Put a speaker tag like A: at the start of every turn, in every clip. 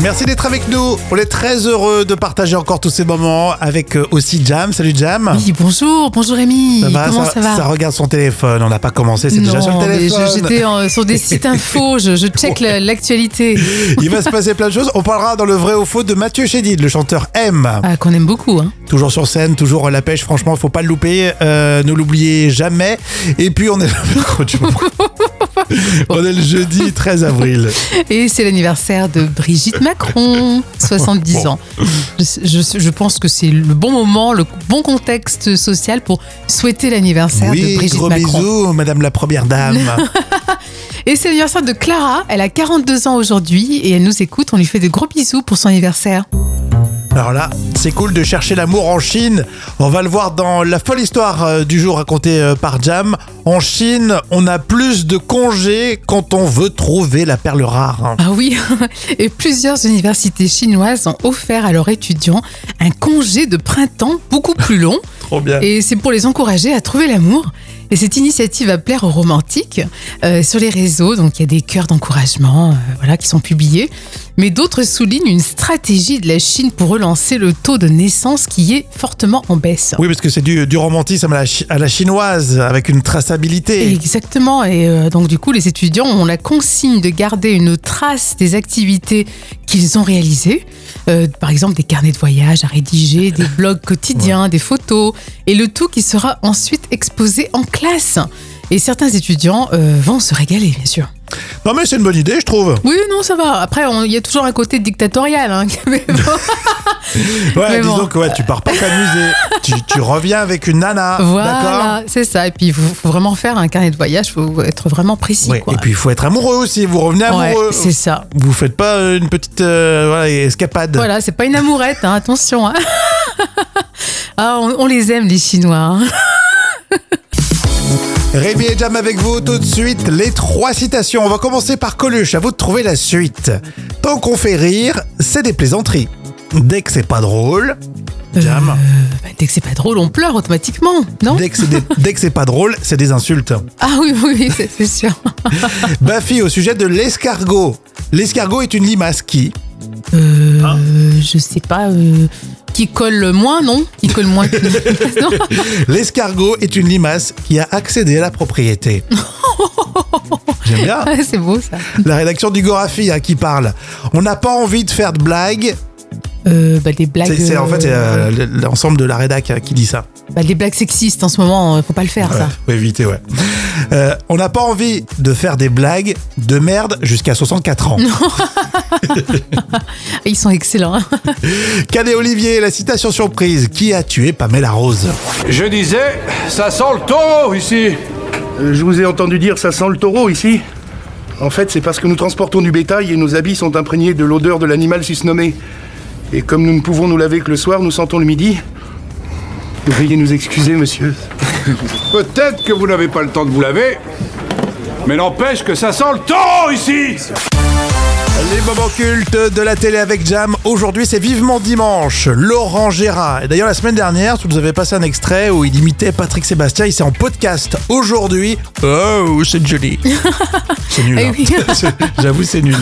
A: Merci d'être avec nous. On est très heureux de partager encore tous ces moments avec euh, aussi Jam. Salut Jam.
B: Oui, bonjour, bonjour Rémi. Comment ça, va
A: Ah. Ça regarde son téléphone. On n'a pas commencé, c'est déjà sur le
B: Non, mais je-
A: téléphone.
B: j'étais en- sur des sites infos, je, je check la- l'actualité.
A: Il va se passer plein de choses. On parlera dans le vrai ou faux de Mathieu Chédid, le chanteur M.
B: Ah, qu'on aime beaucoup. Hein.
A: Toujours sur scène, toujours la pêche. Franchement, faut pas le louper. Euh, ne l'oubliez jamais. Et puis on est. on est le jeudi 13 avril.
B: Et c'est l'anniversaire de Brigitte Macron, 70 ans. Je, je- je pense que c'est le bon moment, le bon contexte social pour souhaiter l'anniversaire
A: oui,
B: de Brigitte
A: gros
B: Macron.
A: bisous, Madame la Première Dame.
B: Et c'est l'anniversaire de Clara, elle a 42 ans aujourd'hui et elle nous écoute, on lui fait des gros bisous pour son anniversaire.
A: Alors là, c'est cool de chercher l'amour en Chine. On va le voir dans la folle histoire euh, du jour racontée euh, par Jam. En Chine, on a plus de congés quand on veut trouver la perle rare. hein.
B: Ah oui, et plusieurs universités chinoises ont offert à leurs étudiants un congé de printemps beaucoup plus long.
A: Trop bien.
B: Et c'est pour les encourager à trouver l'amour. Et cette initiative va plaire aux romantiques Euh, sur les réseaux. Donc il y a des cœurs d'encouragement, euh, voilà, qui sont publiés. Mais d'autres soulignent une stratégie de la Chine pour relancer le taux de naissance qui est fortement en baisse.
A: Oui, parce que c'est du, du romantisme à la, chi- à la chinoise, avec une traçabilité.
B: Exactement, et euh, donc du coup les étudiants ont la consigne de garder une trace des activités qu'ils ont réalisées, Euh, par exemple des carnets de voyage à rédiger, des blogs quotidiens, des photos, et le tout qui sera ensuite exposé en classe. Et certains étudiants euh, vont se régaler, bien sûr.
A: Non, mais c'est une bonne idée, je trouve.
B: Oui, non, ça va. Après, on- il y a toujours un côté dictatorial. hein, mais bon.
A: Ouais,
B: Mais
A: disons
B: bon.
A: que ouais, tu pars pas t'amuser. tu, tu reviens avec une nana. D'accord
B: voilà, c'est ça. Et puis, il faut, faut vraiment faire un carnet de voyage, il faut être vraiment précis.
A: Ouais,
B: quoi.
A: Et puis, il faut être amoureux aussi. Vous revenez
B: Ouais,
A: amoureux.
B: c'est ça.
A: Vous faites pas euh, une petite euh, voilà, escapade.
B: Voilà, c'est pas une amourette, hein, attention. hein. ah, on, on les aime, les Chinois. hein.
A: Rémi et Jam avec vous tout de suite. Les trois citations. On va commencer par Coluche. À vous de trouver la suite. Tant qu'on fait rire, c'est des plaisanteries. Dès que c'est pas drôle, Jam.
B: Euh, bah, dès que c'est pas drôle, on pleure automatiquement, non
A: Dès que c'est des- dès que c'est pas drôle, c'est des insultes.
B: Ah oui, oui, oui, c'est c'est sûr.
A: Bafi au sujet de l'escargot. L'escargot est une limace qui.
B: Euh, Je sais pas, euh, qui colle le moins, non Qui colle moins qu'une limace, non
A: L'escargot est une limace qui a accédé à la propriété. J'aime bien.
B: Ah, C'est beau ça.
A: La rédaction du Gorafi hein, qui parle. On n'a pas envie de faire de blagues.
B: Euh, bah, les blagues.
A: C'est, c'est- en fait c'est,
B: euh,
A: euh, l'ensemble de la rédac hein, qui dit ça.
B: bah, les blagues sexistes en ce moment, euh, faut pas le faire
A: Ouais,
B: ça.
A: faut éviter, ouais. Euh, on n'a pas envie de faire des blagues de merde jusqu'à 64 ans.
B: Ils sont excellents. hein.
A: Cadet Olivier, la citation surprise. Qui a tué Pamela Rose
C: Je disais, ça sent le taureau ici.
D: Euh, Je vous ai entendu dire ça sent le taureau ici. En fait, c'est parce que nous transportons du bétail et nos habits sont imprégnés de l'odeur de l'animal susnommé. Et comme nous ne pouvons nous laver que le soir, nous sentons le midi. Veuillez nous excuser, monsieur.
C: Peut-être que vous n'avez pas le temps de vous laver, mais n'empêche que ça sent le taureau ici.
A: Les moments cultes de la télé avec Jam. Aujourd'hui, c'est vivement dimanche. Laurent Gérard. Et d'ailleurs, la semaine dernière, vous avez passé un extrait où il imitait Patrick Sébastien. Il s'est en podcast. Aujourd'hui, oh, c'est joli. C'est nul.
B: Eh
A: hein.
B: oui.
A: J'avoue, c'est nul.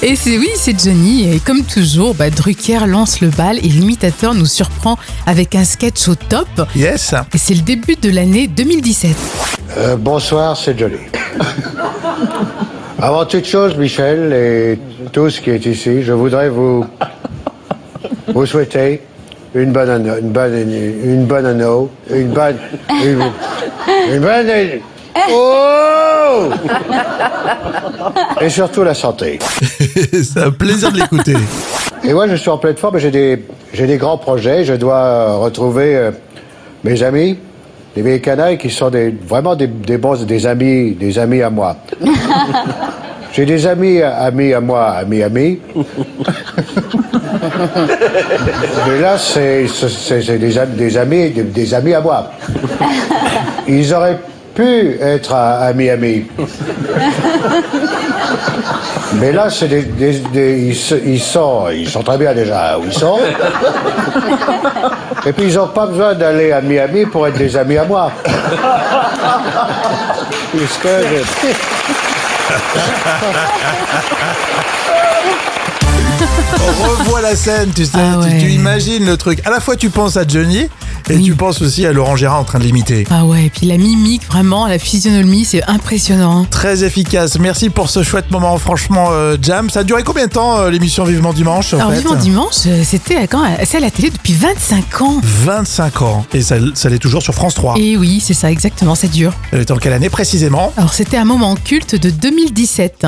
B: Et c'est oui, c'est Johnny. Et comme toujours, bah, Drucker lance le bal et l'imitateur nous surprend avec un sketch au top.
A: Yes.
B: Et c'est le début de l'année 2017.
E: Euh, bonsoir, c'est Johnny. Avant toute chose, Michel et tous qui est ici, je voudrais vous, vous souhaiter une bonne année, une bonne année, une bonne année, une bonne, une, une bonne année. Oh et surtout la santé.
A: c'est un plaisir de l'écouter.
E: Et moi, je suis en pleine forme, j'ai des, j'ai des grands projets. Je dois euh, retrouver euh, mes amis, les vieilles canailles, qui sont des, vraiment des, des bons, des amis, des amis à moi. j'ai des amis, euh, amis à moi, amis, amis. Mais là, c'est, c'est- c'est- c'est des, am- des amis, des, des amis à moi. Ils auraient pu être euh, amis, amis. Mais là, c'est des, des- des- ils, se- ils sont, ils sont très bien déjà où ils sont. Et puis ils n'ont pas besoin d'aller à Miami pour être des amis à moi. Puisque je-
A: revois la scène, tu sais,
B: Ah
A: tu-
B: ouais.
A: tu, imagines le truc. À la fois, tu penses à Johnny et
B: Oui.
A: tu penses aussi à Laurent Gérard en train de l'imiter.
B: Ah ouais, et puis la mimique, vraiment, la physionomie, c'est impressionnant. hein.
A: Très efficace. Merci pour ce chouette moment, franchement, euh, Jam. Ça a duré combien de temps euh, l'émission Vivement Dimanche en
B: Alors,
A: fait hein.
B: Vivant Dimanche, euh, c'était à quand C'est à la télé depuis 25 ans.
A: 25 ans. Et ça, ça l'est toujours sur France 3.
B: Et oui, c'est ça, exactement, c'est dur.
A: Elle est en quelle année précisément
B: Alors, c'était un moment culte de 2017.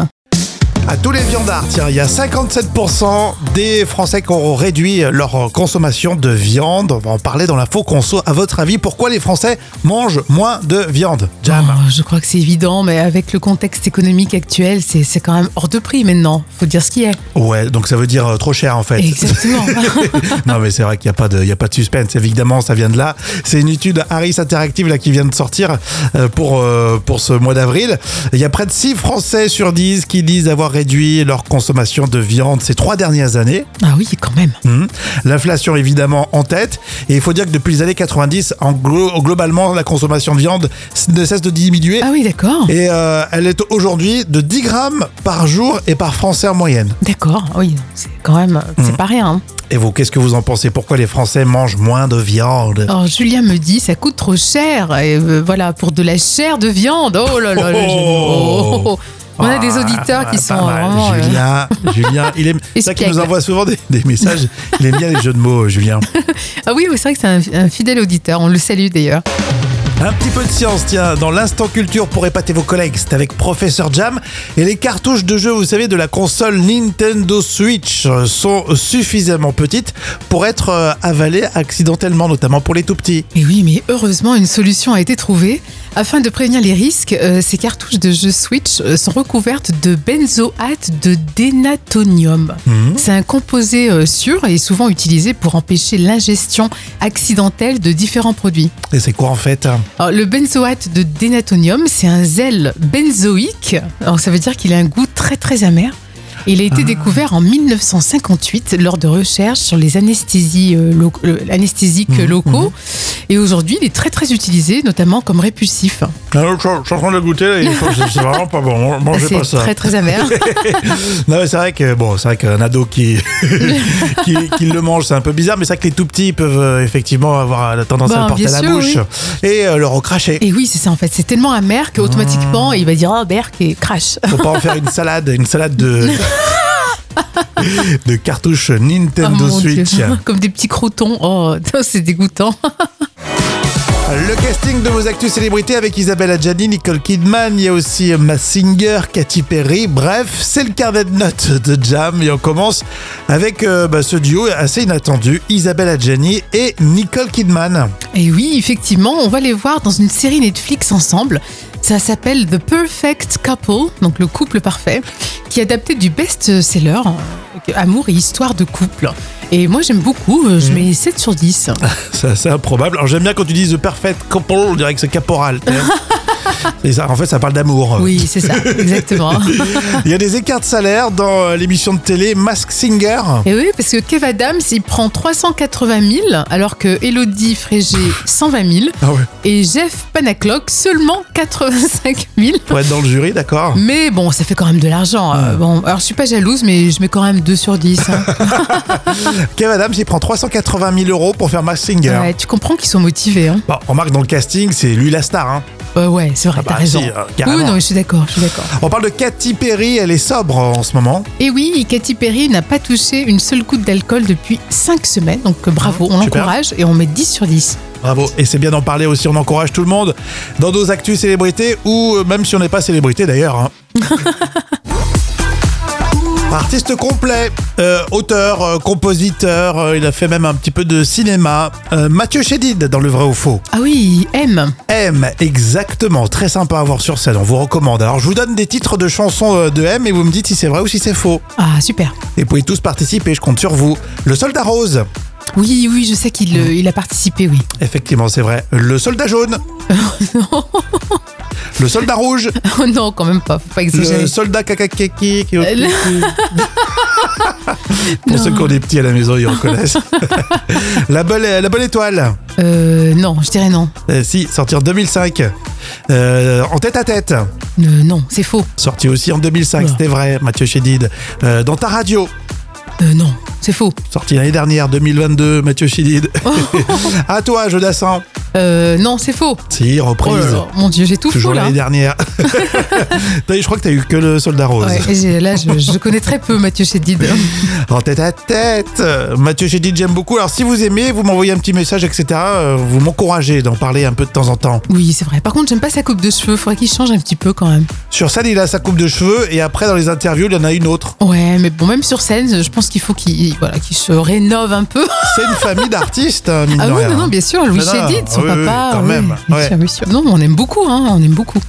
A: À tous les viandards, tiens, il y a 57% des Français qui ont réduit leur consommation de viande. On va en parler dans l'info conso. À votre avis, pourquoi les Français mangent moins de viande Jam
B: Oh, je crois que c'est évident, mais avec le contexte économique actuel, c'est c'est quand même hors de prix maintenant. Faut dire ce qui est.
A: Ouais, donc ça veut dire euh, trop cher en fait.
B: Exactement.
A: non mais c'est vrai qu'il n'y a, pas de- il y a pas de suspense, évidemment ça vient de là. C'est une étude Harris Interactive là, qui vient de sortir euh, pour, euh, pour ce mois d'avril. Il y a près de 6 Français sur 10 qui disent avoir réduit leur consommation de viande ces trois dernières années.
B: ah oui, quand même.
A: Mhm. L'inflation évidemment en tête. Et il faut dire que depuis les années 90, en glo- globalement, la consommation de viande ne cesse de diminuer.
B: Ah oui, d'accord.
A: Et euh, elle est aujourd'hui de 10 grammes par jour et par Français en moyenne.
B: D'accord, oui, c'est quand même, c'est
A: Mmh.
B: pas rien. hein.
A: Et vous, qu'est-ce que vous en pensez Pourquoi les Français mangent moins de viande
B: Alors Julien me dit, ça coûte trop cher. Et euh, voilà, pour de la chair de viande. Oh là là, le jeu de mots. Oh, oh, oh. On a des auditeurs qui
A: Ah,
B: sont
A: pas mal.
B: vraiment. euh,
A: Julien, Julien, il aime. C'est ça qui nous
B: Espiègle.
A: envoie souvent des, des messages. Il aime bien les jeux de mots, euh, Julien.
B: Ah oui, oui, c'est vrai que c'est un, un fidèle auditeur. On le salue d'ailleurs.
A: Un petit peu de science, tiens, dans l'instant culture pour épater vos collègues, c'est avec Professeur Jam. Et les cartouches de jeu, vous savez, de la console Nintendo Switch euh, sont suffisamment petites pour être euh, avalées accidentellement, notamment pour les tout petits.
B: Mais oui, mais heureusement, une solution a été trouvée. Afin de prévenir les risques, euh, ces cartouches de jeux Switch euh, sont recouvertes de benzoate de dénatonium.
A: Hmm.
B: C'est un composé euh, sûr et souvent utilisé pour empêcher l'ingestion accidentelle de différents produits.
A: Et c'est quoi en fait hein
B: Alors, le benzoate de dénatonium, c'est un zèle benzoïque. Alors, ça veut dire qu'il a un goût très très amer. Il a
A: Ah.
B: été découvert en 1958 lors de recherches sur les anesthésies euh, lo- euh, anesthésiques
A: Mhm,
B: locaux. Et aujourd'hui, il est très très utilisé, notamment comme répulsif.
A: Alors, je, suis en train de le goûter, là, il faut- c'est c'est vraiment pas bon, mangez
B: c'est
A: Oh, pas ça.
B: très très amer.
A: Non, mais c'est vrai que bon, c'est vrai qu'un ado qui, qui, qui le mange, c'est un peu bizarre, mais c'est vrai que les tout petits peuvent euh, effectivement avoir la tendance à
B: Ben,
A: le porter à
B: bien
A: la
B: sûr,
A: bouche et euh, le recracher.
B: et oui, c'est ça en fait. C'est tellement amer qu'automatiquement,
A: Ah.
B: il va dire oh, berk et crash.
A: Faut pas en faire une salade, une salade de. de cartouches Nintendo
B: Oh, mon Dieu.
A: Switch.
B: Comme des petits croutons. Oh, c'est dégoûtant.
A: Le casting de vos actus célébrités avec Isabelle Adjani, Nicole Kidman, il y a aussi Massinger, Katy Perry. Bref, c'est le carnet de notes de Jam et on commence avec euh, bah, ce duo assez inattendu, Isabelle Adjani et Nicole Kidman.
B: Et oui, effectivement, on va les voir dans une série Netflix ensemble. Ça s'appelle The Perfect Couple, donc le couple parfait, qui est adapté du best-seller euh, Amour et histoire de couple. Et moi, j'aime beaucoup, euh, je mets 7 sur 10.
A: C'est assez improbable. Alors j'aime bien quand tu dis The Perfect Couple, on dirait que c'est caporal. tu sais. Et ça, en fait, ça parle d'amour.
B: Oui, c'est ça, exactement.
A: Il y a des écarts de salaire dans euh, l'émission de télé Mask Singer.
B: Et oui, parce que Kev Adams, il prend 380 000, alors que Elodie Frégé, 120 000,
A: Ah ouais.
B: et Jeff Panaclock, seulement 85 000.
A: Pour être dans le jury, d'accord
B: Mais bon, ça fait quand même de l'argent. euh, Bon, alors je suis pas jalouse, mais je mets quand même 2 sur 10. hein.
A: Kev Adams, il prend 380 000 euros pour faire Mask Singer.
B: Ouais, tu comprends qu'ils sont motivés. Hein.
A: Bon, remarque dans le casting, c'est lui la star. hein.
B: Euh, ouais, c'est vrai,
A: Ah bah,
B: t'as raison.
A: si, euh, carrément. Ah.
B: oui, non, mais je suis d'accord, je suis d'accord.
A: On parle de Katy Perry, elle est sobre en ce moment.
B: Et oui, Katy Perry n'a pas touché une seule goutte d'alcool depuis 5 semaines, donc euh, bravo, on
A: Ah, Super.
B: l'encourage et on met 10 sur 10.
A: Bravo. Et c'est bien d'en parler aussi, on encourage tout le monde dans nos actus célébrités ou euh, même si on n'est pas célébrité d'ailleurs. hein. Artiste complet, euh, auteur, euh, compositeur, euh, il a fait même un petit peu de cinéma. Euh, Mathieu Chédid dans Le Vrai ou Faux.
B: Ah oui, M.
A: M, exactement, très sympa à voir sur scène, on vous recommande. Alors je vous donne des titres de chansons euh, de M et vous me dites si c'est vrai ou si c'est faux.
B: Ah, super.
A: Et vous pouvez tous participer, je compte sur vous. Le soldat rose,
B: Oui, oui, je sais qu'il
A: Mm.
B: euh, il a participé, oui.
A: effectivement c'est vrai. Le soldat jaune. Le soldat rouge.
B: Oh non, quand même pas, faut pas exagérer.
A: Le soldat kakakeki. qui-
B: Le-
A: Pour ceux qui ont des petits à la maison, ils reconnaissent. la, bonne, la bonne étoile.
B: Euh, non, je dirais non.
A: Euh, si, sorti en 2005. Euh, en tête à tête.
B: Euh, non, c'est faux.
A: Sorti aussi en 2005,
B: Oula.
A: c'était vrai, Mathieu Chédid. Euh, dans ta radio.
B: Euh, non, c'est faux.
A: Sorti l'année dernière, 2022, Mathieu Chidid. à toi, Jeu Dassin.
B: Euh, non, c'est faux.
A: Si, reprise.
B: Oh là là, mon dieu, j'ai tout faux
A: Toujours
B: là.
A: l'année dernière. T'as eu- je crois que t'as eu que le soldat rose.
B: Ouais, et j'ai- là, je, je connais très peu Mathieu Chédid.
A: En tête à tête. Mathieu Chédid, j'aime beaucoup. Alors si vous aimez, vous m'envoyez un petit message, etc. Euh, Vous m'encouragez d'en parler un peu de temps en temps.
B: Oui, c'est vrai. Par contre, j'aime pas sa coupe de cheveux. Faudrait qu'il change un petit peu quand même.
A: Sur scène, il a sa coupe de cheveux et après, dans les interviews, il y en a une autre.
B: Ouais, mais bon, même sur scène, je pense qu'il faut qu'il voilà, qu'il se rénove un peu.
A: C'est une famille d'artistes, hein, mine
B: Ah
A: de
B: oui,
A: rien.
B: non, non, bien sûr, Louis
A: Non, non,
B: Chédid, son
A: oui, oui,
B: papa.
A: quand
B: oui,
A: même,
B: bien
A: ouais.
B: sûr, bien sûr. Non, on aime beaucoup, hein, on aime beaucoup.